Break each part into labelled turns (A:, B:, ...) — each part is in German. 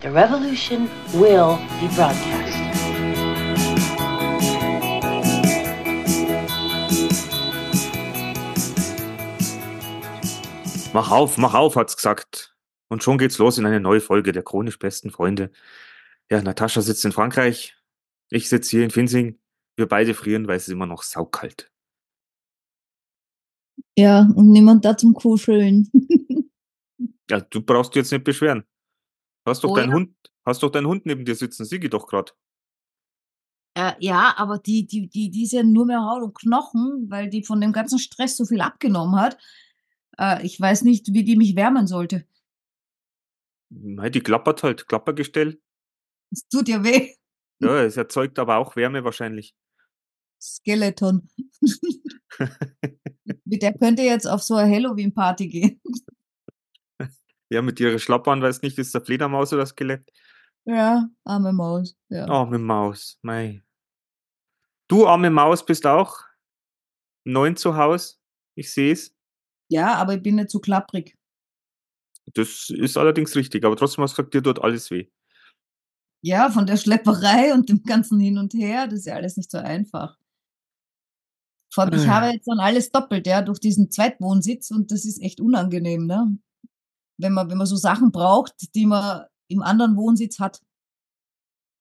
A: The revolution will be broadcast.
B: Mach auf, mach auf, hat's gesagt. Und schon geht's los in eine neue Folge der chronisch besten Freunde. Ja, Natascha sitzt in Frankreich, ich sitze hier in Finsing. Wir beide frieren, weil es ist immer noch saukalt.
C: Ja, und niemand da zum Kuscheln.
B: Ja, du brauchst dich jetzt nicht beschweren. Hast doch
D: Oh
B: deinen
D: ja.
B: Hund, hast doch deinen Hund neben dir sitzen, sieh geht doch grad.
D: Äh, ja, aber die, die, die, die ist ja nur mehr Haut und Knochen, weil die von dem ganzen Stress so viel abgenommen hat. Äh, ich weiß nicht, wie die mich wärmen sollte.
B: Mei, Die klappert halt, Klappergestell.
D: Es tut ja weh.
B: Ja, es erzeugt aber auch Wärme wahrscheinlich.
D: Skeleton. Mit der könnte jetzt auf so eine Halloween-Party gehen.
B: Ja, mit ihrer Schlappern weiß nicht, ist der Fledermaus oder das Skelett?
D: Ja, arme Maus. Ja.
B: Arme Maus, mei. Du, arme Maus, bist auch neun zu Haus. Ich seh's.
D: ja, aber ich bin nicht so klapprig.
B: Das ist allerdings richtig, aber trotzdem hast du gesagt, dir tut alles weh.
D: Ja, von der Schlepperei und dem ganzen Hin und Her, das ist ja alles nicht so einfach. Vor allem, ich
B: Ah.
D: habe jetzt dann alles doppelt, ja, durch diesen Zweitwohnsitz und das ist echt unangenehm, ne? Wenn man, wenn man so Sachen braucht, die man im anderen Wohnsitz hat.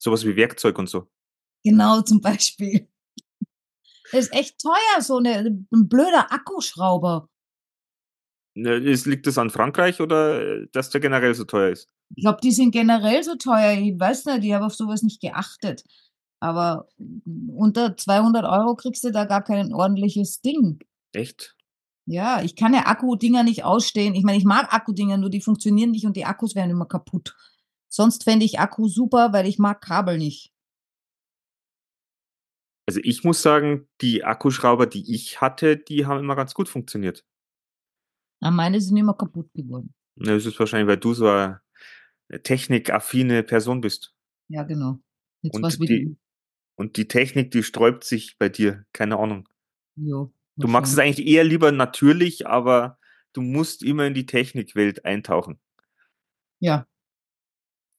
B: Sowas wie Werkzeug und so.
D: Genau, zum Beispiel. Das ist echt teuer, so eine, ein blöder Akkuschrauber.
B: Ne, Ist, liegt das an Frankreich oder äh, dass der generell so teuer ist?
D: Ich glaube, die sind generell so teuer. Ich weiß nicht, ich habe auf sowas nicht geachtet. Aber unter 200 Euro kriegst du da gar kein ordentliches Ding.
B: Echt?
D: Ja, ich kann ja Akkudinger nicht ausstehen. Ich meine, ich mag Akkudinger, nur die funktionieren nicht und die Akkus werden immer kaputt. Sonst fände ich Akku super, weil ich mag Kabel nicht.
B: Also ich muss sagen, die Akkuschrauber, die ich hatte, die haben immer ganz gut funktioniert.
D: Na, meine sind immer kaputt geworden.
B: Ne, Das ist wahrscheinlich, weil du so eine äh, technikaffine Person bist.
D: Ja, genau. Jetzt
B: Und
D: war's wieder.
B: die- Und die Technik, die sträubt sich bei dir. Keine Ahnung.
D: Jo,
B: Du magst
D: Mhm.
B: es eigentlich eher lieber natürlich, aber du musst immer in die Technikwelt eintauchen.
D: Ja.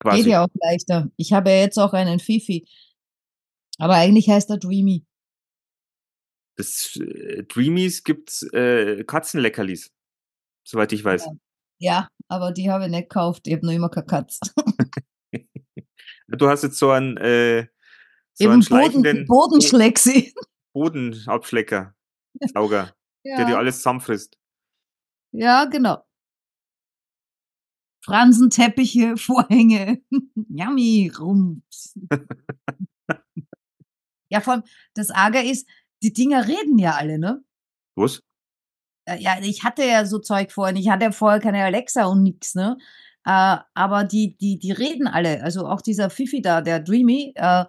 B: Quasi.
D: Geht ja auch leichter. Ich habe ja jetzt auch einen Fifi. Aber eigentlich heißt er Dreamy.
B: Das äh, Dreamies gibt's äh, Katzenleckerlis, soweit ich weiß.
D: Ja, aber die habe ich nicht gekauft. Ich habe noch immer keine Katze.
B: Du hast jetzt so einen, äh, so einen
D: Eben
B: schleichenden
D: Boden, Bodenschlecksi.
B: Bodenabschlecker, Sauger, der dir alles zusammenfrisst.
D: Ja, genau. Fransenteppiche, Vorhänge. Yummy, Rums. ja, vor allem, das Arge ist, die Dinger reden ja alle, ne?
B: Was?
D: Äh, Ja, ich hatte ja so Zeug vorher. Ich hatte ja vorher keine Alexa und nix, ne? Äh, aber die, die, die reden alle. Also auch dieser Fifi da, der Dreamy, äh,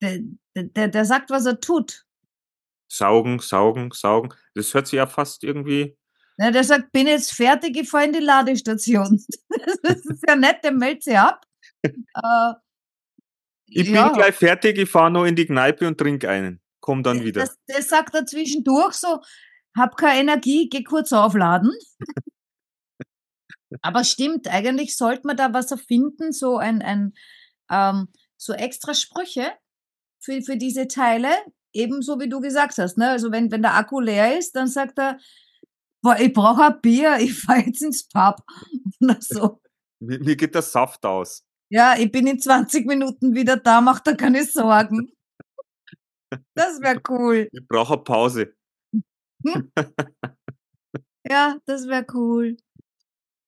D: der, der- der, der sagt, was er tut.
B: Saugen, saugen, saugen. Das hört sich ja fast irgendwie.
D: Na, der sagt, bin jetzt fertig, ich fahre in die Ladestation. das ist ja nett, der meldet sie ab. Äh,
B: Ich
D: ja,
B: bin gleich fertig, ich fahre noch in die Kneipe und trink einen. Komm dann wieder.
D: Äh, Das, das sagt er zwischendurch so, hab keine Energie, geh kurz aufladen. Aber stimmt, eigentlich sollte man da was erfinden, so ein, ein ähm, so extra Sprüche für, für diese Teile, ebenso wie du gesagt hast. Ne? Also wenn, wenn der Akku leer ist, dann sagt er, Boah, ich brauche ein Bier, ich fahr jetzt ins Pub. Oder so.
B: Mir, mir geht der Saft aus.
D: Ja, ich bin in 20 Minuten wieder da, mach dir keine Sorgen. Das wäre cool.
B: Ich brauche eine Pause.
D: Ja, das wäre cool.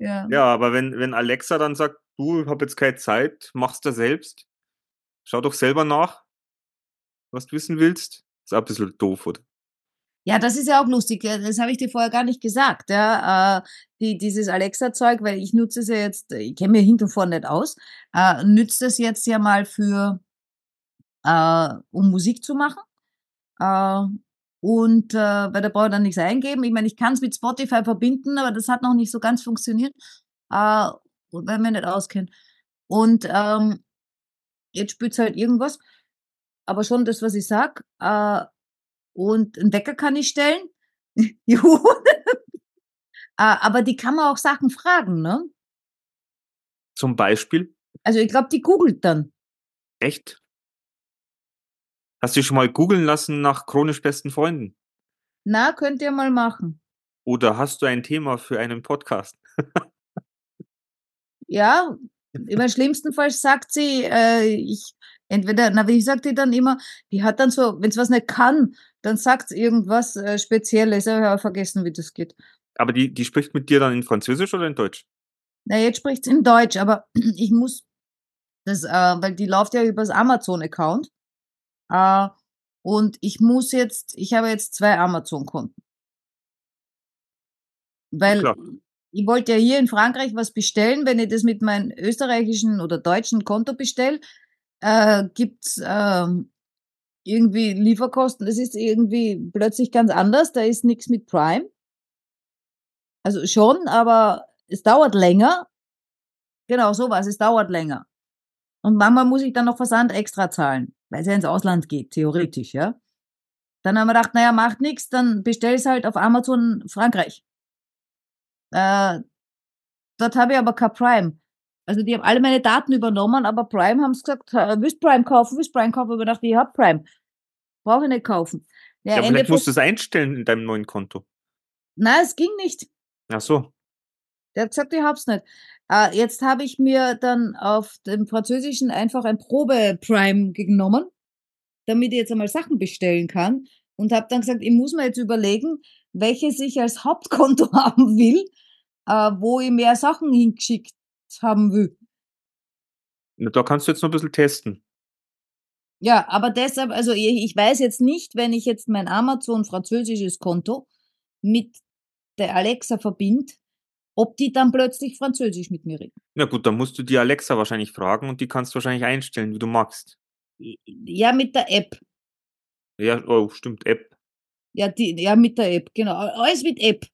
D: Ja.
B: Ja, aber wenn, wenn Alexa dann sagt, du, ich habe jetzt keine Zeit, mach's da selbst. Schau doch selber nach, was du wissen willst. Ist auch ein bisschen doof, oder?
D: ja, das ist ja auch lustig. ja, Das habe ich dir vorher gar nicht gesagt. Ja, äh, die, dieses Alexa-Zeug, weil ich nutze es ja jetzt, äh, ich kenne mir hinten und vorne nicht aus, äh, nützt das jetzt ja mal für, äh, um Musik zu machen. Äh, und äh, weil da brauche ich dann nichts eingeben. Ich meine, ich kann es mit Spotify verbinden, aber das hat noch nicht so ganz funktioniert, äh, weil wir nicht auskennen. Und ähm, jetzt spielt es halt irgendwas, aber schon das, was ich sag. Äh, und einen Wecker kann ich stellen. Juhu. Äh, aber die kann man auch Sachen fragen, ne?
B: Zum Beispiel,
D: Also ich glaube, die googelt dann.
B: Echt? Hast du dich schon mal googeln lassen nach chronisch besten Freunden?
D: Na, könnt ihr mal machen.
B: Oder hast du ein Thema für einen Podcast?
D: Ja, immer schlimmstenfalls sagt sie, äh, ich entweder, na, wie sagt die dann immer, die hat dann so, wenn es was nicht kann, dann sagt sie irgendwas äh, Spezielles. Ich habe vergessen, wie das geht.
B: Aber die, die spricht mit dir dann in Französisch oder in Deutsch?
D: Na, jetzt spricht sie in Deutsch, aber ich muss das, äh, weil die läuft ja übers Amazon-Account. Äh, und ich muss jetzt, ich habe jetzt zwei Amazon-Konten. Weil
B: Klar.
D: ich wollte ja hier in Frankreich was bestellen. Wenn ich das mit meinem österreichischen oder deutschen Konto bestelle, äh, gibt's ähm, irgendwie Lieferkosten. Das ist irgendwie plötzlich ganz anders. Da ist nichts mit Prime. Also schon, aber es dauert länger. Genau, sowas. Es dauert länger. Und manchmal muss ich dann noch Versand extra zahlen, weil es ja ins Ausland geht, theoretisch, ja. Dann haben wir gedacht, naja, macht nichts, dann bestell es halt auf Amazon Frankreich. Äh, dort habe ich aber kein Prime. Also die haben alle meine Daten übernommen, aber Prime haben sie gesagt, äh, willst Prime kaufen, willst Prime kaufen. Ich habe gedacht, ich hab Prime. Brauche ich nicht kaufen.
B: Ja,
D: Ende
B: vielleicht musst du es einstellen in deinem neuen Konto.
D: Nein, es ging nicht.
B: Ach so.
D: Der hat gesagt, ich hab's nicht. Äh, jetzt habe ich mir dann auf dem Französischen einfach ein Probe-Prime genommen, damit ich jetzt einmal Sachen bestellen kann. Und habe dann gesagt, ich muss mir jetzt überlegen, welches ich als Hauptkonto haben will, äh, wo ich mehr Sachen hingeschickt haben will.
B: Na, Da kannst du jetzt noch ein bisschen testen.
D: Ja, aber deshalb, also ich, ich weiß jetzt nicht, wenn ich jetzt mein Amazon französisches Konto mit der Alexa verbinde, ob die dann plötzlich Französisch mit mir reden.
B: Na gut, dann musst du die Alexa wahrscheinlich fragen und die kannst du wahrscheinlich einstellen, wie du magst.
D: Ja, mit der App.
B: Ja, oh, stimmt, App.
D: Ja, die, ja, mit der App, genau. Alles mit App.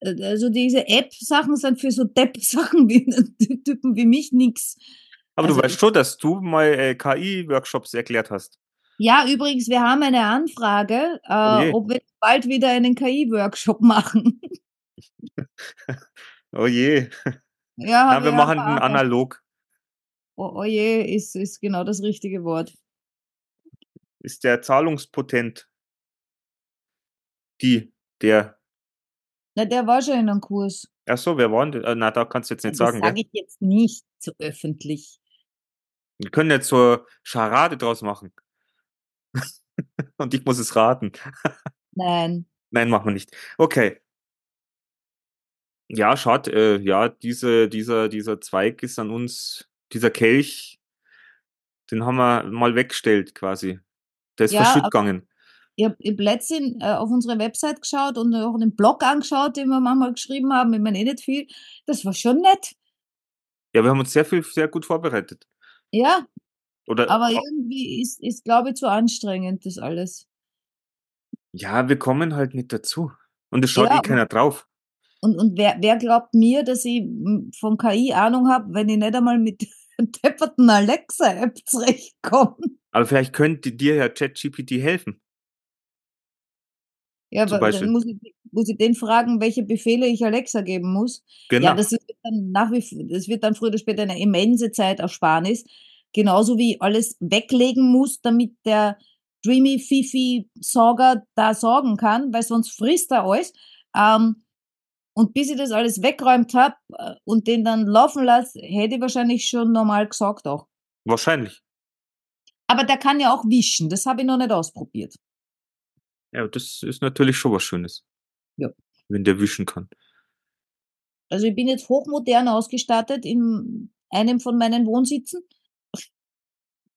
D: Äh, Also diese App-Sachen sind für so Depp-Sachen wie Typen wie mich nix.
B: Aber
D: Also
B: du weißt schon, dass du mal äh, KI-Workshops erklärt hast.
D: Ja, übrigens, wir haben eine Anfrage,
B: Oh
D: äh,
B: je.
D: ob wir bald wieder einen KI-Workshop machen.
B: Oh je.
D: Ja,
B: Na,
D: hab
B: wir
D: ich
B: machen einen
D: erfahren.
B: analog.
D: Oh, oh je, ist, ist genau das richtige Wort.
B: Ist der zahlungspotent? Die, der.
D: Na, der war schon in einem Kurs.
B: Ach so, wer war denn? äh, Na, da kannst du jetzt nicht
D: das
B: sagen,
D: sage
B: gell?
D: ich jetzt nicht so öffentlich.
B: Wir können jetzt so eine Charade draus machen. und ich muss es raten.
D: Nein.
B: Nein, machen wir nicht. Okay. Ja, schade. Äh, ja, diese, dieser, dieser Zweig ist an uns, dieser Kelch, den haben wir mal weggestellt quasi. Der ist
D: Ja,
B: verschütt
D: aber-
B: gegangen.
D: Ich habe im letzten äh, auf unsere Website geschaut und auch den Blog angeschaut, den wir manchmal geschrieben haben. Ich meine eh nicht viel. Das war schon nett.
B: Ja, wir haben uns sehr viel, sehr gut vorbereitet.
D: Ja,
B: Oder
D: aber irgendwie ist, ist glaube ich, zu anstrengend, das alles.
B: ja, wir kommen halt nicht dazu. Und es schaut
D: Ja,
B: eh keiner drauf.
D: Und, und wer, wer glaubt mir, dass ich mm, von KI Ahnung habe, wenn ich nicht einmal mit der depperten Alexa-App zurechtkomme?
B: Aber vielleicht könnte dir ja ChatGPT helfen.
D: Ja,
B: Zum
D: aber
B: Beispiel.
D: dann muss ich, muss ich den fragen, welche Befehle ich Alexa geben muss.
B: Genau.
D: Ja, das ist dann nach wie vor, das wird dann früher oder später eine immense Zeitersparnis. Genauso wie ich alles weglegen muss, damit der Dreamy Fifi Sorger da sorgen kann, weil sonst frisst er alles. Ähm, und bis ich das alles wegräumt habe und den dann laufen lasse, hätte ich wahrscheinlich schon normal gesagt auch.
B: Wahrscheinlich.
D: Aber der kann ja auch wischen, das habe ich noch nicht ausprobiert.
B: Ja, das ist natürlich schon was Schönes.
D: Ja.
B: Wenn der wischen kann.
D: Also ich bin jetzt hochmodern ausgestattet in einem von meinen Wohnsitzen.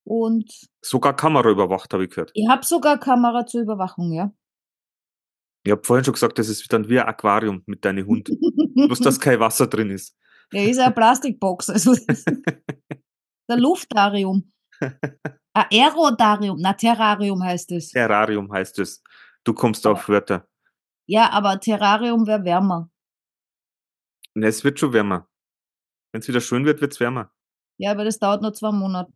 D: Und
B: Sogar Kamera überwacht, habe ich gehört.
D: ich habe sogar Kamera zur Überwachung, ja.
B: Ich habe vorhin schon gesagt, das ist dann wie ein Aquarium mit deinem Hund. Bloß, dass kein Wasser drin ist.
D: Der ist ja eine Plastikbox. Also das- der Luftarium. Ein Aerodarium, na Terrarium heißt es. Ja,
B: Terrarium heißt es. Du kommst
D: Aber-
B: auf Wörter.
D: aber Terrarium wäre wärmer.
B: Ne, es wird schon wärmer. Wenn es wieder schön wird, wird's wärmer.
D: Ja, aber das dauert nur zwei Monate.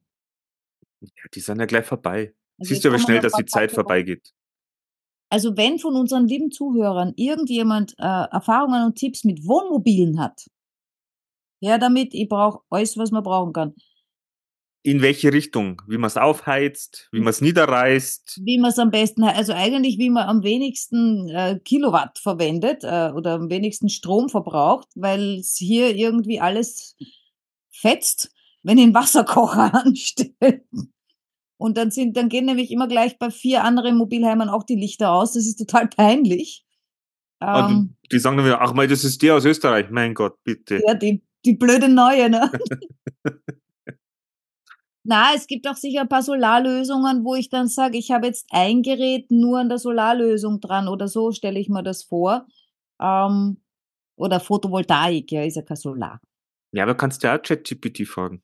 B: Ja, die sind ja gleich vorbei.
D: Also
B: Siehst
D: jetzt
B: du aber
D: kommen
B: schnell,
D: noch ein
B: dass die
D: paar Tage
B: Zeit vorbeigeht.
D: Also wenn von unseren lieben Zuhörern irgendjemand äh, Erfahrungen und Tipps mit Wohnmobilen hat, Her damit, ich brauche alles, was man brauchen kann.
B: In welche Richtung? Wie man es aufheizt, wie man es niederreißt.
D: Wie man es am besten, also eigentlich, wie man am wenigsten äh, Kilowatt verwendet äh, oder am wenigsten Strom verbraucht, weil es hier irgendwie alles fetzt, wenn ich einen Wasserkocher anstelle. Und dann sind, dann gehen nämlich immer gleich bei vier anderen Mobilheimen auch die Lichter aus. Das ist total peinlich.
B: Ah, du-
D: Ähm,
B: Die sagen dann wieder, ach mal, das ist der aus Österreich. Mein Gott, bitte.
D: ja, die, die blöde neue, ne? Na, es gibt auch sicher ein paar Solarlösungen, wo ich dann sage, ich habe jetzt ein Gerät nur an der Solarlösung dran oder so stelle ich mir das vor. Ähm, oder Photovoltaik, ja, ist ja kein Solar.
B: Ja, aber kannst du ja auch ChatGPT fragen.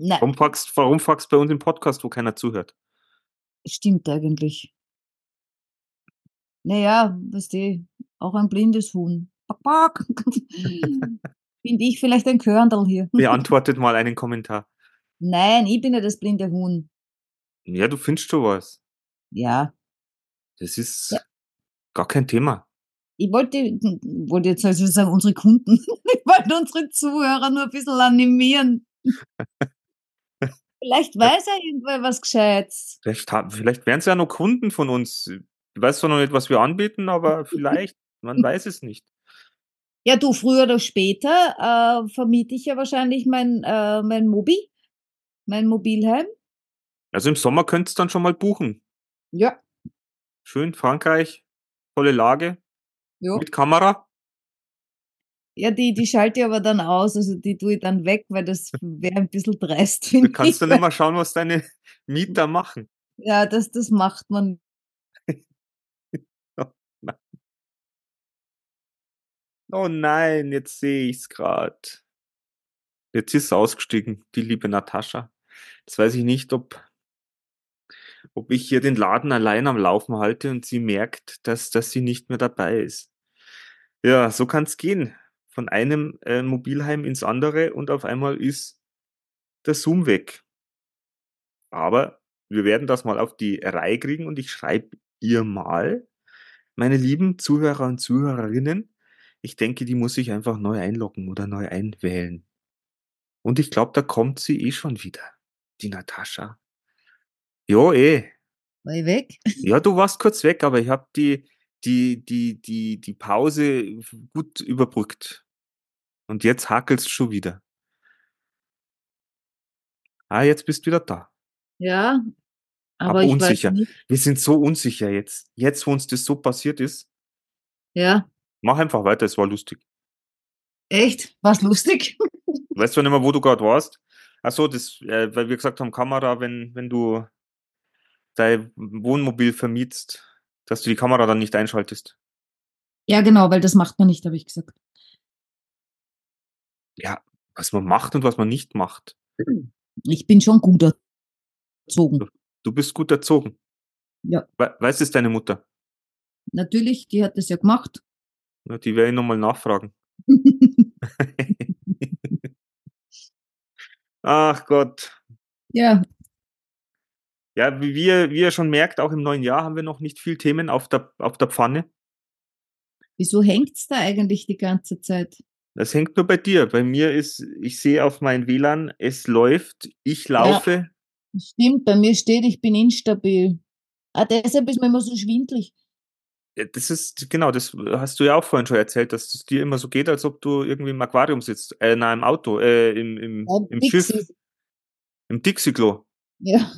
D: Nein,
B: Warum fragst, warum fragst du bei uns im Podcast, wo keiner zuhört?
D: stimmt eigentlich. Naja, was die, auch ein blindes Huhn. Back, back. bin ich vielleicht ein Körndl hier?
B: Beantwortet mal einen Kommentar.
D: Nein, ich bin ja das blinde Huhn.
B: Ja, du findest schon was.
D: Ja.
B: Das ist
D: Ja.
B: gar kein Thema.
D: Ich wollte, wollte jetzt also sagen, unsere Kunden. Ich wollte unsere Zuhörer nur ein bisschen animieren. Vielleicht weiß er irgendwer was Gescheites.
B: Vielleicht, haben- vielleicht werden es ja noch Kunden von uns. Ich weiß zwar noch nicht, was wir anbieten, aber vielleicht, man weiß es nicht.
D: Ja, du, früher oder später äh, vermiete ich ja wahrscheinlich mein, äh, mein Mobi, mein Mobilheim.
B: Also im Sommer könntest du dann schon mal buchen.
D: Ja.
B: Schön, Frankreich, tolle Lage,
D: Ja,
B: mit Kamera.
D: ja die, die schalte ich aber dann aus, also die tue ich dann weg, weil das wäre ein bisschen dreist,
B: Du
D: finde ich.
B: kannst dann immer schauen, was deine Mieter machen.
D: Ja, das, das macht man.
B: Oh nein, jetzt sehe ich's grad. Jetzt ist sie ausgestiegen, die liebe Natascha. Jetzt weiß ich nicht, ob, ob ich hier den Laden allein am Laufen halte und sie merkt, dass, dass sie nicht mehr dabei ist. Ja, so kann's gehen. Von einem äh, Mobilheim ins andere und auf einmal ist der Zoom weg. Aber wir werden das mal auf die Reihe kriegen und ich schreibe ihr mal, meine lieben Zuhörer und Zuhörerinnen, ich denke, die muss ich einfach neu einloggen oder neu einwählen. Und ich glaube, da kommt sie eh schon wieder, die Natascha. Jo, eh.
D: War ich weg?
B: Ja, du warst kurz weg, aber ich habe die, die, die, die, die Pause gut überbrückt. Und jetzt hakelst schon wieder. Ah, jetzt bist du wieder da.
D: Ja.
B: Aber
D: Aber ich weiß
B: unsicher.
D: nicht.
B: Wir sind so unsicher jetzt. Jetzt, wo uns das so passiert ist,
D: Ja.
B: mach einfach weiter, es war lustig.
D: Echt? War's lustig?
B: Weißt du nicht mehr, wo du gerade warst? Ach so, das, äh, weil wir gesagt haben, Kamera, wenn, wenn du dein Wohnmobil vermietst, dass du die Kamera dann nicht einschaltest.
D: Ja, genau, weil das macht man nicht, habe ich gesagt.
B: Was man macht und was man nicht macht.
D: Ich bin schon gut erzogen.
B: Du bist gut erzogen.
D: Ja.
B: We weißt es deine Mutter?
D: Natürlich, die hat das ja gemacht.
B: Ja, die werde ich nochmal nachfragen. Ach Gott.
D: ja,
B: Ja, wie, wie, ihr, wie ihr schon merkt, auch im neuen Jahr haben wir noch nicht viel Themen auf der, auf der Pfanne.
D: wieso hängt's da eigentlich die ganze Zeit?
B: Das hängt nur bei dir. Bei mir ist, ich sehe auf mein WLAN, es läuft, ich laufe.
D: Stimmt, bei mir steht, ich bin instabil. Ah, deshalb ist mir immer so schwindlig.
B: Ja, Das ist, genau, das hast du ja auch vorhin schon erzählt, dass es dir immer so geht, als ob du irgendwie im Aquarium sitzt, äh, na, im Auto, äh, im, im,
D: Beim
B: im
D: Dixie.
B: Schiff, im Dixie-Klo.
D: Ja.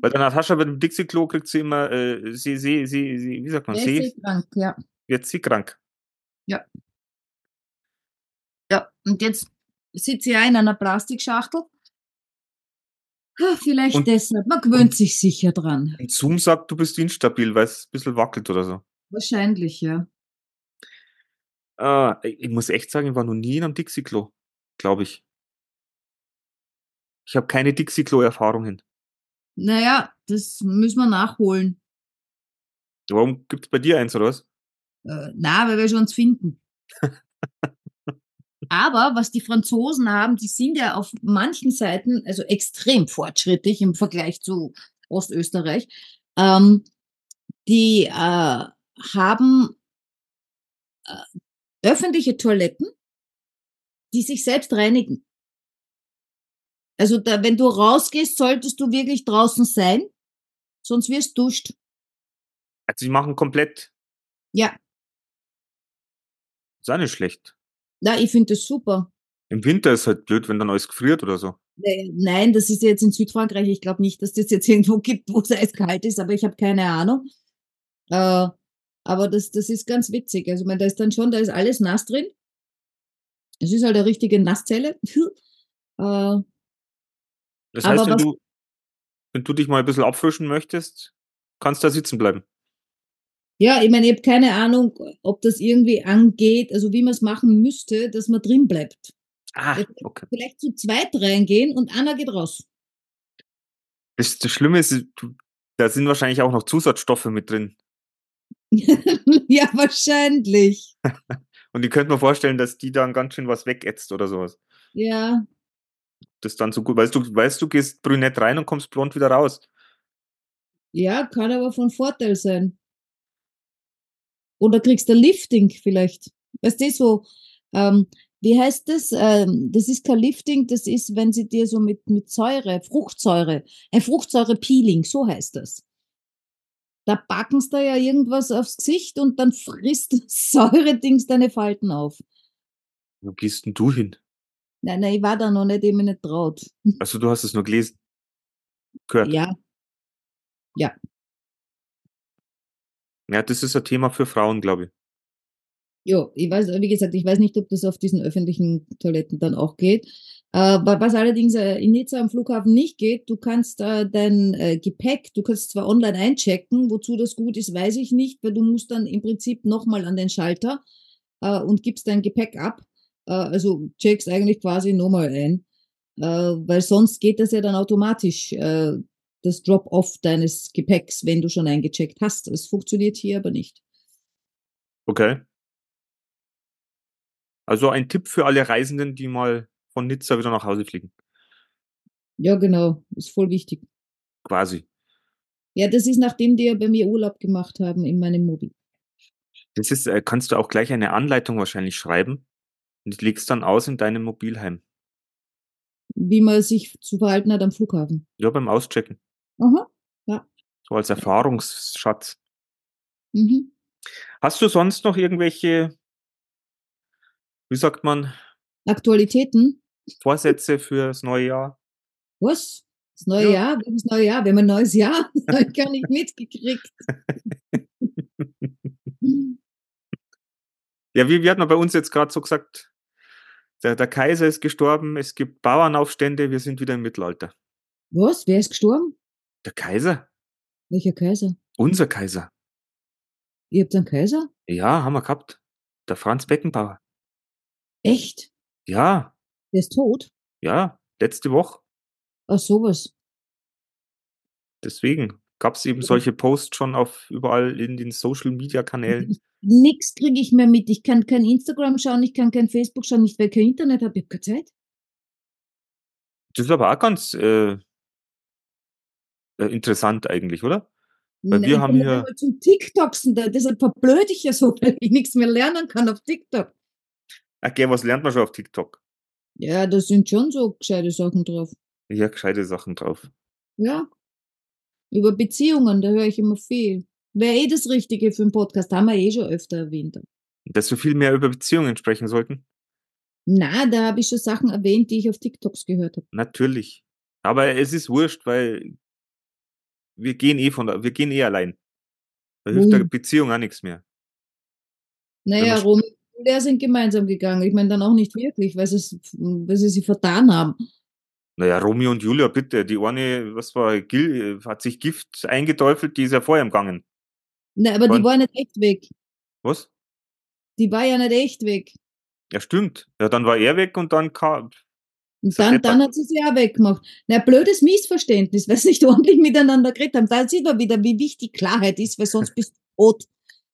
B: Bei der Natascha bei dem Dixie-Klo kriegt sie immer, äh, sie, sie, sie, sie, wie sagt man,
D: Wer ist
B: sie,
D: eh krank, ja.
B: wird sie krank.
D: Ja, und jetzt sitze ich auch in einer Plastikschachtel. Ah, Vielleicht
B: Und-
D: deshalb. Man gewöhnt sich sicher dran.
B: Und Zoom sagt, du bist instabil, weil es ein bisschen wackelt oder so.
D: Wahrscheinlich, ja.
B: Äh, ich ich muss echt sagen, ich war noch nie in einem Dixie-Klo, glaube ich. Ich habe keine Dixie-Klo-Erfahrungen.
D: Naja, das müssen wir nachholen.
B: Warum gibt's bei dir eins oder was?
D: Äh, na, weil wir schon uns finden. Aber was die Franzosen haben, die sind ja auf manchen Seiten also extrem fortschrittlich im Vergleich zu Ostösterreich. Ähm, die äh, haben äh, öffentliche Toiletten die sich selbst reinigen. Also da, wenn du rausgehst, solltest du wirklich draußen sein, sonst wirst du duscht.
B: Also die machen komplett.
D: Ja.
B: Ist auch nicht schlecht.
D: Na, ich finde das super.
B: Im Winter ist halt blöd, wenn dann alles gefriert oder so.
D: Nee, Äh, Nein, das ist ja jetzt in Südfrankreich. Ich glaube nicht, dass das jetzt irgendwo gibt, wo es eiskalt ist, aber ich habe keine Ahnung. Äh, aber das, das ist ganz witzig. Also, ich mein, da ist dann schon, da ist alles nass drin. Es ist halt eine richtige Nasszelle. äh,
B: Das
D: Aber
B: heißt, wenn
D: was-
B: du, wenn du dich mal ein bisschen abfrischen möchtest, kannst da sitzen bleiben.
D: Ja, ich meine, ich habe keine Ahnung, ob das irgendwie angeht, also wie man es machen müsste, dass man drin bleibt.
B: Ah,
D: Jetzt-
B: okay.
D: Vielleicht zu zweit reingehen und einer geht raus.
B: Das, das Schlimme ist, du- da sind wahrscheinlich auch noch Zusatzstoffe mit drin.
D: ja, wahrscheinlich.
B: Und ich könnte mir vorstellen, dass die dann ganz schön was wegätzt oder sowas.
D: Ja,
B: Das dann so gut. Weißt du, weißt du, gehst brünett rein und kommst blond wieder raus.
D: ja, kann aber von Vorteil sein. Oder kriegst du Lifting vielleicht. Weißt du, so, ähm, wie heißt das? Ähm, das ist kein Lifting, das ist, wenn sie dir so mit, mit Säure, Fruchtsäure, ein Fruchtsäure-Peeling, so heißt das. Da packen sie da ja irgendwas aufs Gesicht und dann frisst das Säuredings deine Falten auf.
B: Wo gehst denn du hin?
D: Nein, nein, ich war da noch nicht, ich hab mich nicht traut.
B: Also du hast es nur gelesen. Gehört.
D: Ja,
B: Ja, das ist ein Thema für Frauen, glaube ich.
D: Jo, ich weiß, wie gesagt, ich weiß nicht, ob das auf diesen öffentlichen Toiletten dann auch geht. Äh, wa- was allerdings äh, in Nizza am Flughafen nicht geht, du kannst äh, dein äh, Gepäck, du kannst zwar online einchecken, wozu das gut ist, weiß ich nicht, weil du musst dann im Prinzip nochmal an den Schalter äh, und gibst dein Gepäck ab. Äh, also checkst eigentlich quasi nochmal ein, äh, weil sonst geht das ja dann automatisch, äh, das Drop-off deines Gepäcks, wenn du schon eingecheckt hast. Es funktioniert hier aber nicht.
B: Okay. Also ein Tipp für alle Reisenden, die mal von Nizza wieder nach Hause fliegen.
D: Ja, genau, ist voll wichtig.
B: Quasi.
D: Ja, das ist nachdem die ja bei mir Urlaub gemacht haben in meinem Mobil.
B: Das ist, äh, kannst du auch gleich eine Anleitung wahrscheinlich schreiben und legst dann aus in deinem Mobilheim.
D: Wie man sich zu verhalten hat am Flughafen.
B: Ja, beim Auschecken.
D: Aha.
B: So als Erfahrungsschatz.
D: Mhm.
B: Hast du sonst noch irgendwelche, wie sagt man,
D: Aktualitäten.
B: Vorsätze fürs neue Jahr?
D: Was? Das neue
B: Ja.
D: Jahr? Wir haben das neue Jahr. Wir haben ein neues Jahr. Das habe ich gar nicht mitgekriegt.
B: Ja, wie, wie hat man bei uns jetzt gerade so gesagt, der, der Kaiser ist gestorben, es gibt Bauernaufstände, wir sind wieder im Mittelalter.
D: Was? Wer ist gestorben?
B: Der Kaiser?
D: Welcher Kaiser?
B: Unser Kaiser.
D: Ihr habt einen Kaiser?
B: Ja, haben wir gehabt. Der Franz Beckenbauer.
D: Echt?
B: Ja,
D: Der ist tot?
B: ja, letzte Woche.
D: Ach, sowas.
B: Deswegen gab es eben
D: Ja.
B: solche Posts schon auf überall in den Social Media Kanälen.
D: Nix kriege ich mehr mit. Ich kann kein Instagram schauen, ich kann kein Facebook schauen, nicht weil ich kein Internet habe. Ich habe keine Zeit.
B: Das ist aber auch ganz äh, äh, interessant eigentlich, oder? Weil wir
D: Nein, ich
B: haben
D: bin
B: hier-
D: einmal zum TikToksen, da- deshalb verblöde ich ja so, weil ich nichts mehr lernen kann auf TikTok.
B: Okay, was lernt man schon auf TikTok?
D: Ja, da sind schon so gescheite Sachen drauf.
B: Ja, gescheite Sachen drauf.
D: Ja. Über Beziehungen, da höre ich immer viel. Wäre eh das Richtige für einen Podcast, haben wir eh schon öfter erwähnt.
B: Dass wir viel mehr über Beziehungen sprechen sollten?
D: Na, da habe ich schon Sachen erwähnt, die ich auf TikToks gehört habe.
B: Natürlich. Aber es ist wurscht, weil wir gehen eh von der, wir gehen eh allein. Da hilft der
D: Ui.
B: Beziehung auch nichts mehr.
D: Naja,
B: man-
D: Romy und er sind gemeinsam gegangen. Ich meine, dann auch nicht wirklich, weil sie, es- weil sie sie vertan haben.
B: Naja, Romeo und Julia, bitte. Die eine, was war, Gil, äh, hat sich Gift eingeteufelt, die ist ja vorher gegangen.
D: Na, aber
B: Wann?
D: die war nicht echt weg.
B: Was?
D: Die war ja nicht echt weg.
B: Ja, stimmt. Ja, dann war er weg und dann kam.
D: Und
B: So
D: dann,
B: etwa.
D: dann hat sie sie auch weggemacht. Na, blödes Missverständnis, weil sie nicht ordentlich miteinander geredet haben. Da sieht man wieder, wie wichtig Klarheit ist, weil sonst bist du tot.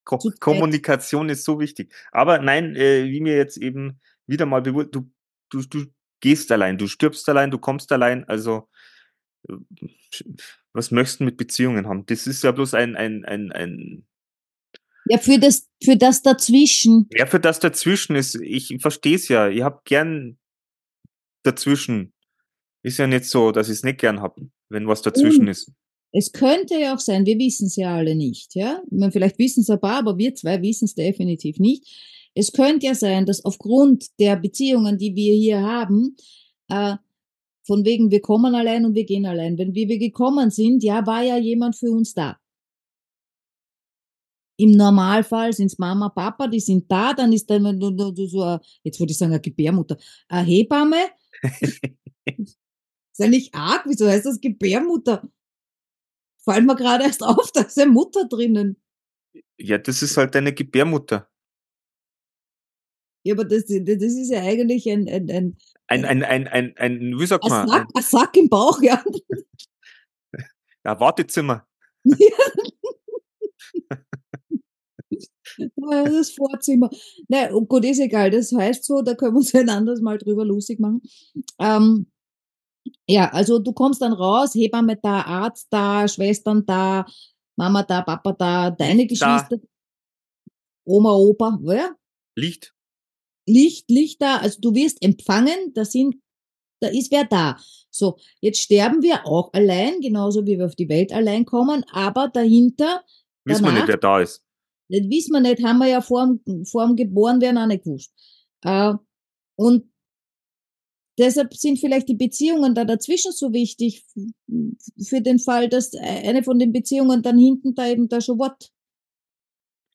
B: Ko
D: Zu zweit.
B: Kommunikation ist so wichtig. Aber nein, äh, wie mir jetzt eben wieder mal bewusst, du, du, du gehst allein, du stirbst allein, du kommst allein. Also, äh, was möchtest du mit Beziehungen haben? Das ist ja bloß ein, ein, ein, ein
D: Ja, für das, für das dazwischen.
B: Ja, für das dazwischen ist, ich verstehe es ja. Ich habe gern dazwischen. Ist ja nicht so, dass ich es nicht gern habe, wenn was
D: Mhm.
B: dazwischen ist.
D: Es könnte ja auch sein, wir wissen es ja alle nicht, ja. Ich meine, vielleicht wissen es ein paar, aber wir zwei wissen es definitiv nicht. Es könnte ja sein, dass aufgrund der Beziehungen, die wir hier haben, äh, von wegen, wir kommen allein und wir gehen allein. Wenn wir, wir gekommen sind, ja, war ja jemand für uns da. Im Normalfall sind's Mama, Papa, die sind da, dann ist da immer nur- nur so, eine, jetzt würde ich sagen, eine Gebärmutter, eine Hebamme. ist ja nicht arg, wieso heißt das Gebärmutter? Fällt mir gerade erst auf, da ist eine Mutter drinnen.
B: Ja, das ist halt deine Gebärmutter.
D: Ja, aber das, das ist ja eigentlich ein, ein, ein,
B: Ein, ein, ein, ein, ein, wie sagt
D: ein,
B: man?
D: Sack,
B: Ein,
D: ein Sack im Bauch, ja.
B: ein Wartezimmer.
D: Ja, Das Vorzimmer. Na oh gut, ist egal. Das heißt so, da können wir uns ein anderes Mal drüber lustig machen. Ähm, ja, also du kommst dann raus, Hebamme da, Arzt da, Schwestern da, Mama da, Papa da, deine Geschwister, Oma, Opa, ja?
B: Licht.
D: Licht, Licht da. Also du wirst empfangen, da sind, da ist wer da. So, jetzt sterben wir auch allein, genauso wie wir auf die Welt allein kommen, aber dahinter
B: Wissen wir nicht,
D: Danach-
B: wer da ist.
D: das wissen wir nicht, haben wir ja vor dem, vor dem Geborenwerden auch nicht gewusst. Äh, und deshalb sind vielleicht die Beziehungen da dazwischen so wichtig f- für den Fall, dass e- eine von den Beziehungen dann hinten da eben da schon Wort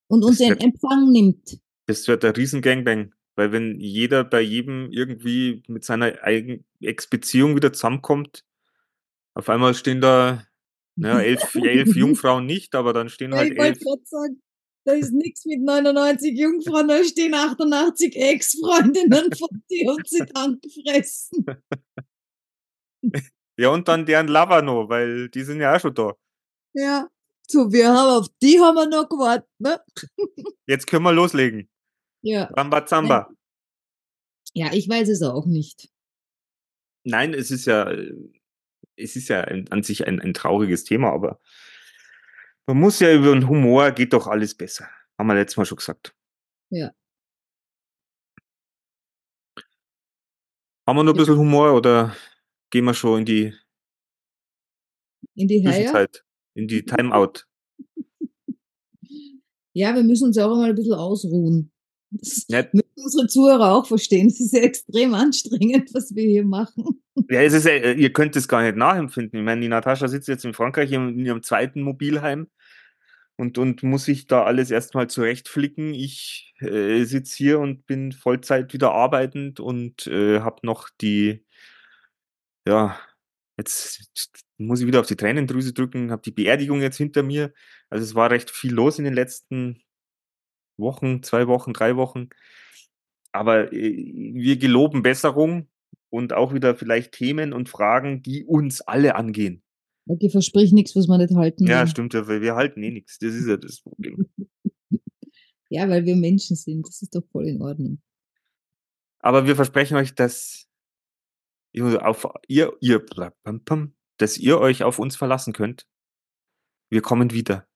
D: und uns
B: Das
D: in
B: wird-
D: Empfang nimmt.
B: Das wird ein riesen Gangbang. Weil wenn jeder bei jedem irgendwie mit seiner eigenen Ex-Beziehung wieder zusammenkommt, auf einmal stehen da naja, elf, elf Jungfrauen nicht, aber dann stehen halt
D: ich
B: elf.
D: wollte gerade sagen, da ist nichts mit 99 Jungfrauen, da stehen 88 Ex-Freundinnen von dir und sind angefressen.
B: Ja, und dann deren Lover noch, weil die sind ja auch schon da.
D: Ja. So, wir haben auf die haben wir noch gewartet, ne?
B: Jetzt können wir loslegen.
D: Ja.
B: Ramba Zamba.
D: Ja, ich weiß es auch nicht.
B: Nein, es ist ja, äh, es ist ja ein, an sich ein, ein trauriges Thema, aber man muss ja über den Humor geht doch alles besser. Haben wir letztes Mal schon gesagt.
D: Ja.
B: Haben wir noch ein bisschen Humor oder gehen wir schon in die
D: In die Haie.
B: Zwischenzeit, in die Timeout?
D: Ja, wir müssen uns ja auch mal ein bisschen ausruhen. Das
B: Ja.
D: müssen unsere Zuhörer auch verstehen. Es ist ja extrem anstrengend, was wir hier machen.
B: Ja, es ist, ja- äh, ihr könnt es gar nicht nachempfinden. Ich meine, die Natascha sitzt jetzt in Frankreich im- in ihrem zweiten Mobilheim und, und muss sich da alles erstmal zurechtflicken. Ich äh, sitze hier und bin Vollzeit wieder arbeitend und äh, habe noch die, ja, jetzt muss ich wieder auf die Tränendrüse drücken, habe die Beerdigung jetzt hinter mir. Also es war recht viel los in den letzten Wochen, zwei Wochen, drei Wochen. Aber äh, wir geloben Besserung und auch wieder vielleicht Themen und Fragen, die uns alle angehen.
D: Okay, versprich nichts, was man nicht halten
B: Ja,
D: kann.
B: stimmt ja, weil wir halten eh nichts. Das ist ja das Problem.
D: Ja, weil wir Menschen sind. Das ist doch voll in Ordnung.
B: Aber wir versprechen euch, dass ihr auf ihr, ihr, bla- pam, pam, dass ihr euch auf uns verlassen könnt. Wir kommen wieder.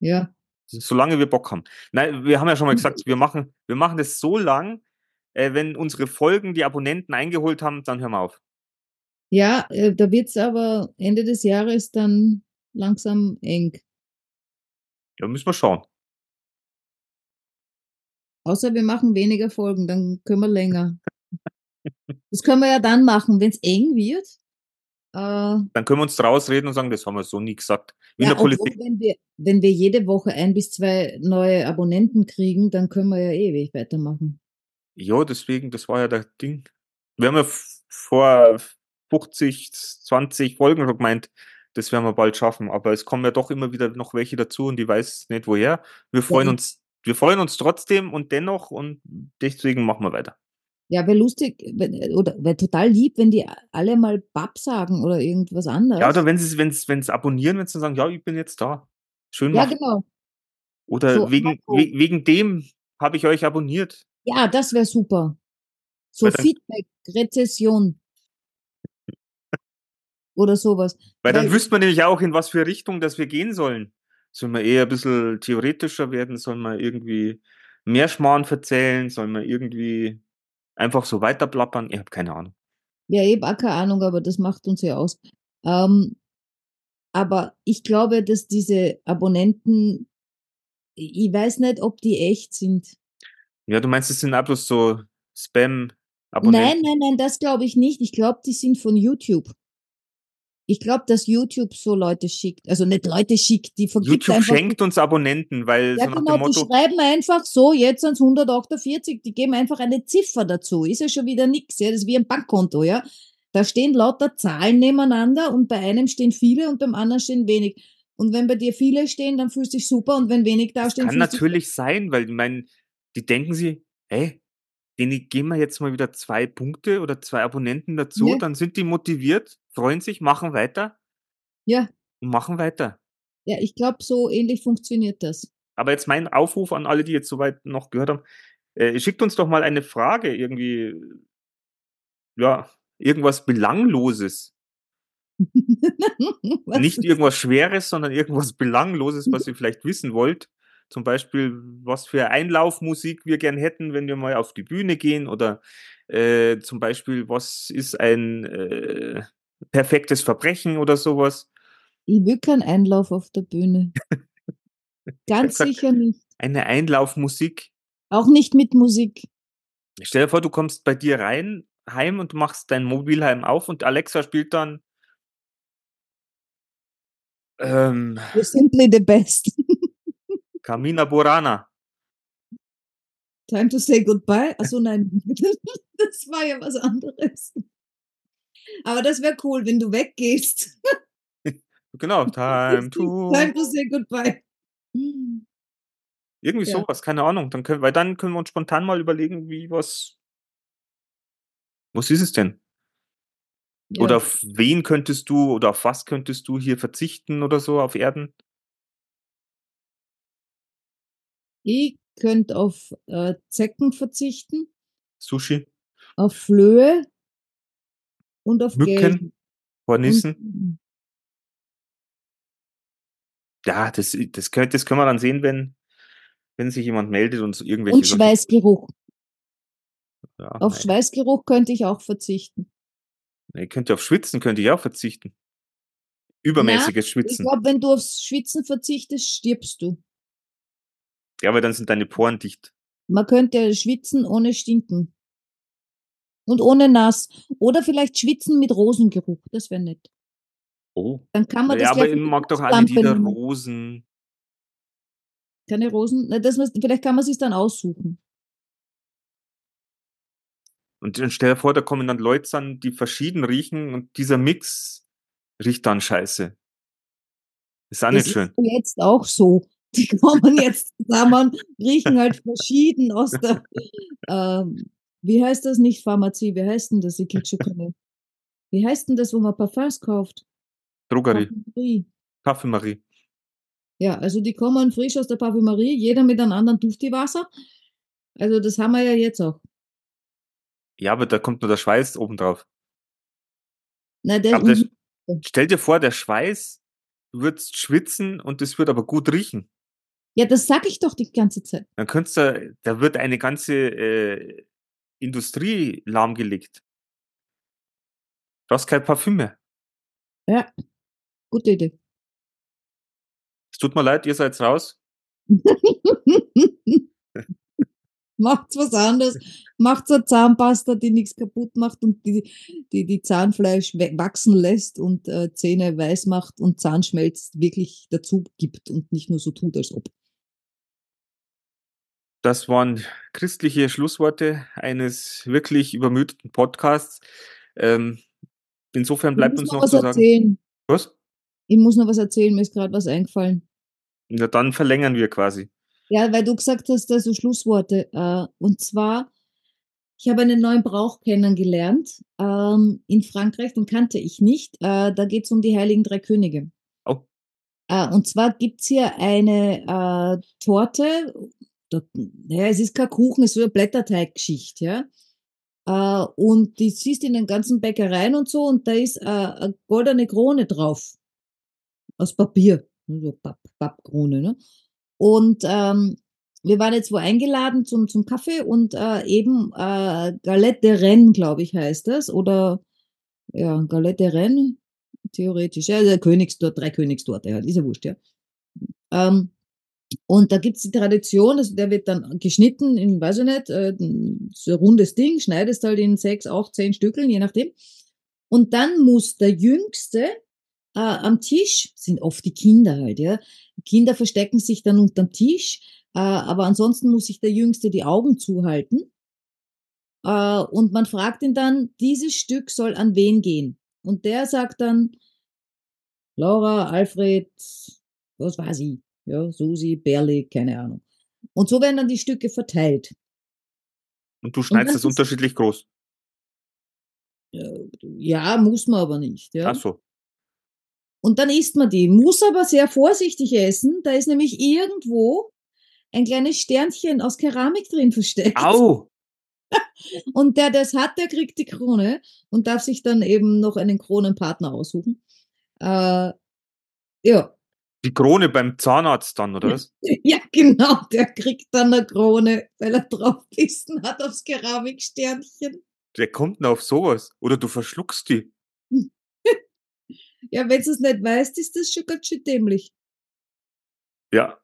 D: Ja,
B: Solange wir Bock haben. Nein, wir haben ja schon mal gesagt, wir machen, wir machen das so lang, äh, wenn unsere Folgen die Abonnenten eingeholt haben, dann hören wir auf.
D: ja äh, da wird's aber Ende des Jahres dann langsam eng.
B: Ja, müssen wir schauen.
D: Außer wir machen weniger Folgen, dann können wir länger. Das können wir ja dann machen, wenn's eng wird. Äh,
B: Dann können wir uns draus reden und sagen, das haben wir so nie gesagt. Wie in der
D: obwohl,
B: Politik.
D: Wenn wir, wenn wir jede Woche ein bis zwei neue Abonnenten kriegen, dann können wir ja ewig weitermachen.
B: Ja, deswegen, das war ja das Ding. Wir haben ja f- vor 50, 20 Folgen schon gemeint, das werden wir bald schaffen. Aber es kommen ja doch immer wieder noch welche dazu und ich weiß nicht woher. Wir freuen
D: eben.
B: uns, wir freuen uns trotzdem und dennoch und deswegen machen wir weiter.
D: Ja, wäre lustig, wenn, oder wäre total lieb, wenn die alle mal Bab sagen oder irgendwas anderes.
B: Ja, oder wenn sie wenn's, wenn's abonnieren, wenn sie dann sagen, ja, ich bin jetzt da. Schön
D: ja
B: machen.
D: genau.
B: Oder
D: so,
B: wegen,
D: mach
B: we, wegen dem habe ich euch abonniert.
D: Ja, das wäre super. So
B: Weil dann-
D: Feedback, Rezession. oder sowas.
B: Weil dann
D: Weil-
B: wüsste man nämlich auch, in was für Richtung das wir gehen sollen. Soll man eher ein bisschen theoretischer werden? Soll man irgendwie mehr Schmarrn verzählen? Soll man irgendwie einfach so weiterplappern? Ich habe keine Ahnung.
D: Ja, eben auch keine Ahnung, aber das macht uns ja aus. Ähm, aber ich glaube, dass diese Abonnenten, ich weiß nicht, ob die echt sind.
B: Ja, du meinst, es sind auch bloß so
D: Nein,
B: Spam-Abonnenten?
D: nein, nein, das glaube ich nicht. Ich glaube, die sind von YouTube. Ich glaube, dass YouTube so Leute schickt. Also nicht Leute schickt, die vergibt
B: YouTube
D: einfach.
B: schenkt uns Abonnenten, weil
D: ja,
B: so nach
D: genau,
B: dem Motto,
D: die schreiben einfach so, jetzt ans 148, die geben einfach eine Ziffer dazu. Ist ja schon wieder nix, ja, das ist wie ein Bankkonto, ja. Da stehen lauter Zahlen nebeneinander und bei einem stehen viele und beim anderen stehen wenig. Und wenn bei dir viele stehen, dann fühlst du dich super und wenn wenig da
B: Das
D: stehen,
B: kann
D: fühlst du dich
B: natürlich sein, weil ich meine, die denken sie, hey, denen geben wir jetzt mal wieder zwei Punkte oder zwei Abonnenten dazu,
D: Ja.
B: dann sind die motiviert, freuen sich, machen weiter.
D: Ja.
B: Und machen weiter.
D: Ja, ich glaube, so ähnlich funktioniert das.
B: Aber jetzt mein Aufruf an alle, die jetzt soweit noch gehört haben, äh, schickt uns doch mal eine Frage, irgendwie, ja, irgendwas Belangloses.
D: Was?
B: Nicht irgendwas Schweres, sondern irgendwas Belangloses, was ihr vielleicht wissen wollt. Zum Beispiel, was für Einlaufmusik wir gern hätten, wenn wir mal auf die Bühne gehen. Oder äh, zum Beispiel, was ist ein äh, perfektes Verbrechen oder sowas.
D: Ich will keinen Einlauf auf der Bühne. Ganz
B: Exakt.
D: sicher nicht.
B: Eine Einlaufmusik.
D: Auch nicht mit Musik.
B: Stell dir vor, du kommst bei dir rein, heim und machst dein Mobilheim auf und Alexa spielt dann. Ähm,
D: You're simply the best.
B: Kamina Borana.
D: Time to say goodbye. Achso, nein, das war ja was anderes. Aber das wäre cool, wenn du weggehst.
B: Genau, time to.
D: Time to say goodbye.
B: Irgendwie
D: Ja.
B: sowas, keine Ahnung. Dann können, weil dann können wir uns spontan mal überlegen, wie was. Was ist es denn?
D: Ja.
B: Oder auf wen könntest du oder auf was könntest du hier verzichten oder so auf Erden?
D: ich könnte auf äh, Zecken verzichten,
B: Sushi,
D: auf Flöhe und auf Geld.
B: Mücken, Hornissen.
D: Und,
B: Ja, das, das, könnt, das können wir dann sehen, wenn, wenn sich jemand meldet und so irgendwelche.
D: und
B: solche-
D: Schweißgeruch.
B: Ja,
D: Auf
B: Ah, nein.
D: Schweißgeruch könnte ich auch verzichten.
B: Nee, könnte auf Schwitzen könnte ich auch verzichten. Übermäßiges
D: Ich
B: Schwitzen.
D: glaube, wenn du aufs Schwitzen verzichtest, stirbst du.
B: Ja, aber dann sind deine Poren dicht.
D: Man könnte schwitzen ohne stinken. Und ohne nass. Oder vielleicht schwitzen mit Rosengeruch. Das wäre nett.
B: Oh.
D: Dann kann man
B: Ja,
D: das
B: aber
D: gleich
B: ich
D: mit
B: mag doch alle die der
D: Duschlampe nehmen.
B: Rosen.
D: Keine Rosen. Na, das, muss- vielleicht kann man sich dann aussuchen.
B: Und dann stell dir vor, da kommen dann Leute an, die verschieden riechen und dieser Mix riecht dann scheiße. Ist auch Ah,
D: das
B: nicht schön.
D: ist jetzt auch so. Die kommen jetzt zusammen, riechen halt verschieden aus der. Ähm, wie heißt das nicht Pharmazie? Wie heißt denn das? Ich krieg schon keine. Wie heißt denn das, wo man Parfums kauft?
B: Drogerie,
D: Parfümerie.
B: Kaffeemarie.
D: Ja, also die kommen frisch aus der Parfümerie, jeder mit einem anderen Duftiwasser. Also das haben wir ja jetzt auch.
B: Ja, aber da kommt nur der Schweiß obendrauf.
D: Na, der,
B: Aber das,
D: und,
B: stell dir vor, der Schweiß, du würdest schwitzen und es wird aber gut riechen.
D: ja, das sag ich doch die ganze Zeit.
B: Dann könntest du, da wird eine ganze äh, Industrie lahmgelegt. Du hast kein Parfüm mehr.
D: Gute Idee.
B: Es tut mir leid, ihr seid raus.
D: Macht's was anderes. Macht's eine Zahnpasta, die nichts kaputt macht und die, die, die Zahnfleisch we- wachsen lässt und äh, Zähne weiß macht und Zahnschmelz wirklich dazu gibt und nicht nur so tut, als ob.
B: Das waren christliche Schlussworte eines wirklich übermüdeten Podcasts. Ähm, insofern bleibt
D: Ich muss
B: uns
D: noch
B: noch
D: was
B: zu sagen.
D: erzählen.
B: Was?
D: Ich muss noch was erzählen, mir ist gerade was eingefallen.
B: Na, dann verlängern wir quasi.
D: Ja, weil du gesagt hast, also Schlussworte. Äh, und zwar, ich habe einen neuen Brauch kennengelernt ähm, in Frankreich, den kannte ich nicht. Äh, da geht's um die Heiligen Drei Könige.
B: Oh.
D: Äh, und zwar gibt's hier eine äh, Torte, da, naja, es ist kein Kuchen, es ist so eine Blätterteiggeschichte, ja. Äh, und die siehst du in den ganzen Bäckereien und so, und da ist äh, eine goldene Krone drauf. Aus Papier, so Papp, Pappkrone. Ne? Und ähm, wir waren jetzt wo eingeladen zum, zum Kaffee und äh, eben äh, Galette de Rennes, glaube ich, heißt das. Oder ja, Galette de Rennes, theoretisch. Ja, der Königstorte, drei Königstorte, halt, ist ja wurscht, ja. Ähm, und da gibt's die Tradition, also der wird dann geschnitten in, weiß ich nicht, äh, so ein rundes Ding, schneidest halt in sechs, acht, zehn Stückeln, je nachdem. Und dann muss der Jüngste äh, am Tisch, sind oft die Kinder halt, ja. Kinder verstecken sich dann unterm Tisch, äh, aber ansonsten muss sich der Jüngste die Augen zuhalten. Äh, und man fragt ihn dann, dieses Stück soll an wen gehen? Und der sagt dann, Laura, Alfred, was weiß ich, ja, Susi, Berli, keine Ahnung. Und so werden dann die Stücke verteilt.
B: Und du schneidest
D: das
B: es
D: ist-
B: unterschiedlich groß.
D: Ja, muss man aber nicht. Ja.
B: Ach so.
D: Und dann isst man die. Muss aber sehr vorsichtig essen. Da ist nämlich irgendwo ein kleines Sternchen aus Keramik drin versteckt.
B: Au!
D: Und der, der es hat, der kriegt die Krone und darf sich dann eben noch einen Kronenpartner aussuchen. Äh, ja.
B: Die Krone beim Zahnarzt dann, oder was?
D: ja, genau. Der kriegt dann eine Krone, weil er draufgebissen hat aufs Keramiksternchen.
B: Der kommt denn auf sowas? Oder du verschluckst die.
D: Ja, wenn du es nicht weißt, ist das schon ganz schön dämlich.
B: Ja.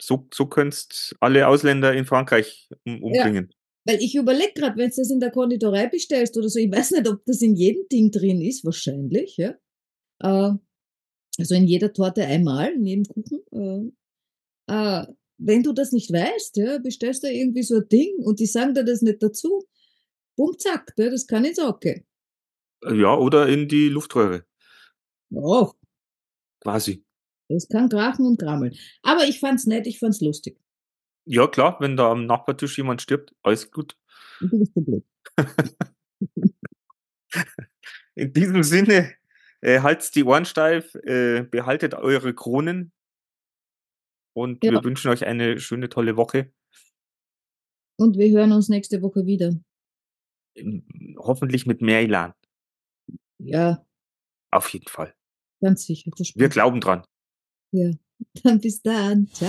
B: So, so könntest alle Ausländer in Frankreich um, umbringen.
D: Weil ich überlege gerade, wenn du das in der Konditorei bestellst oder so, ich weiß nicht, ob das in jedem Ding drin ist, wahrscheinlich, ja. Äh, also in jeder Torte einmal, in jedem Kuchen. Äh, äh, wenn du das nicht weißt, ja, bestellst du irgendwie so ein Ding und die sagen dir das nicht dazu, bumm, zack, ja, das kann ins Auge.
B: Ja. oder in die Luftröhre.
D: Oh,
B: Quasi.
D: das kann krachen und krammeln. Aber ich fand's nett, ich fand's lustig.
B: Ja, klar, wenn da am Nachbartisch jemand stirbt, alles gut.
D: Und du bist so blöd.
B: In diesem Sinne, äh, haltet die Ohren steif, äh, behaltet eure Kronen und
D: Ja.
B: wir wünschen euch eine schöne, tolle Woche.
D: Und wir hören uns nächste Woche wieder.
B: Ähm, Hoffentlich mit mehr Elan.
D: Ja,
B: Auf jeden Fall.
D: ganz sicher. versprochen.
B: Wir glauben dran.
D: Dann bis dann. Ciao.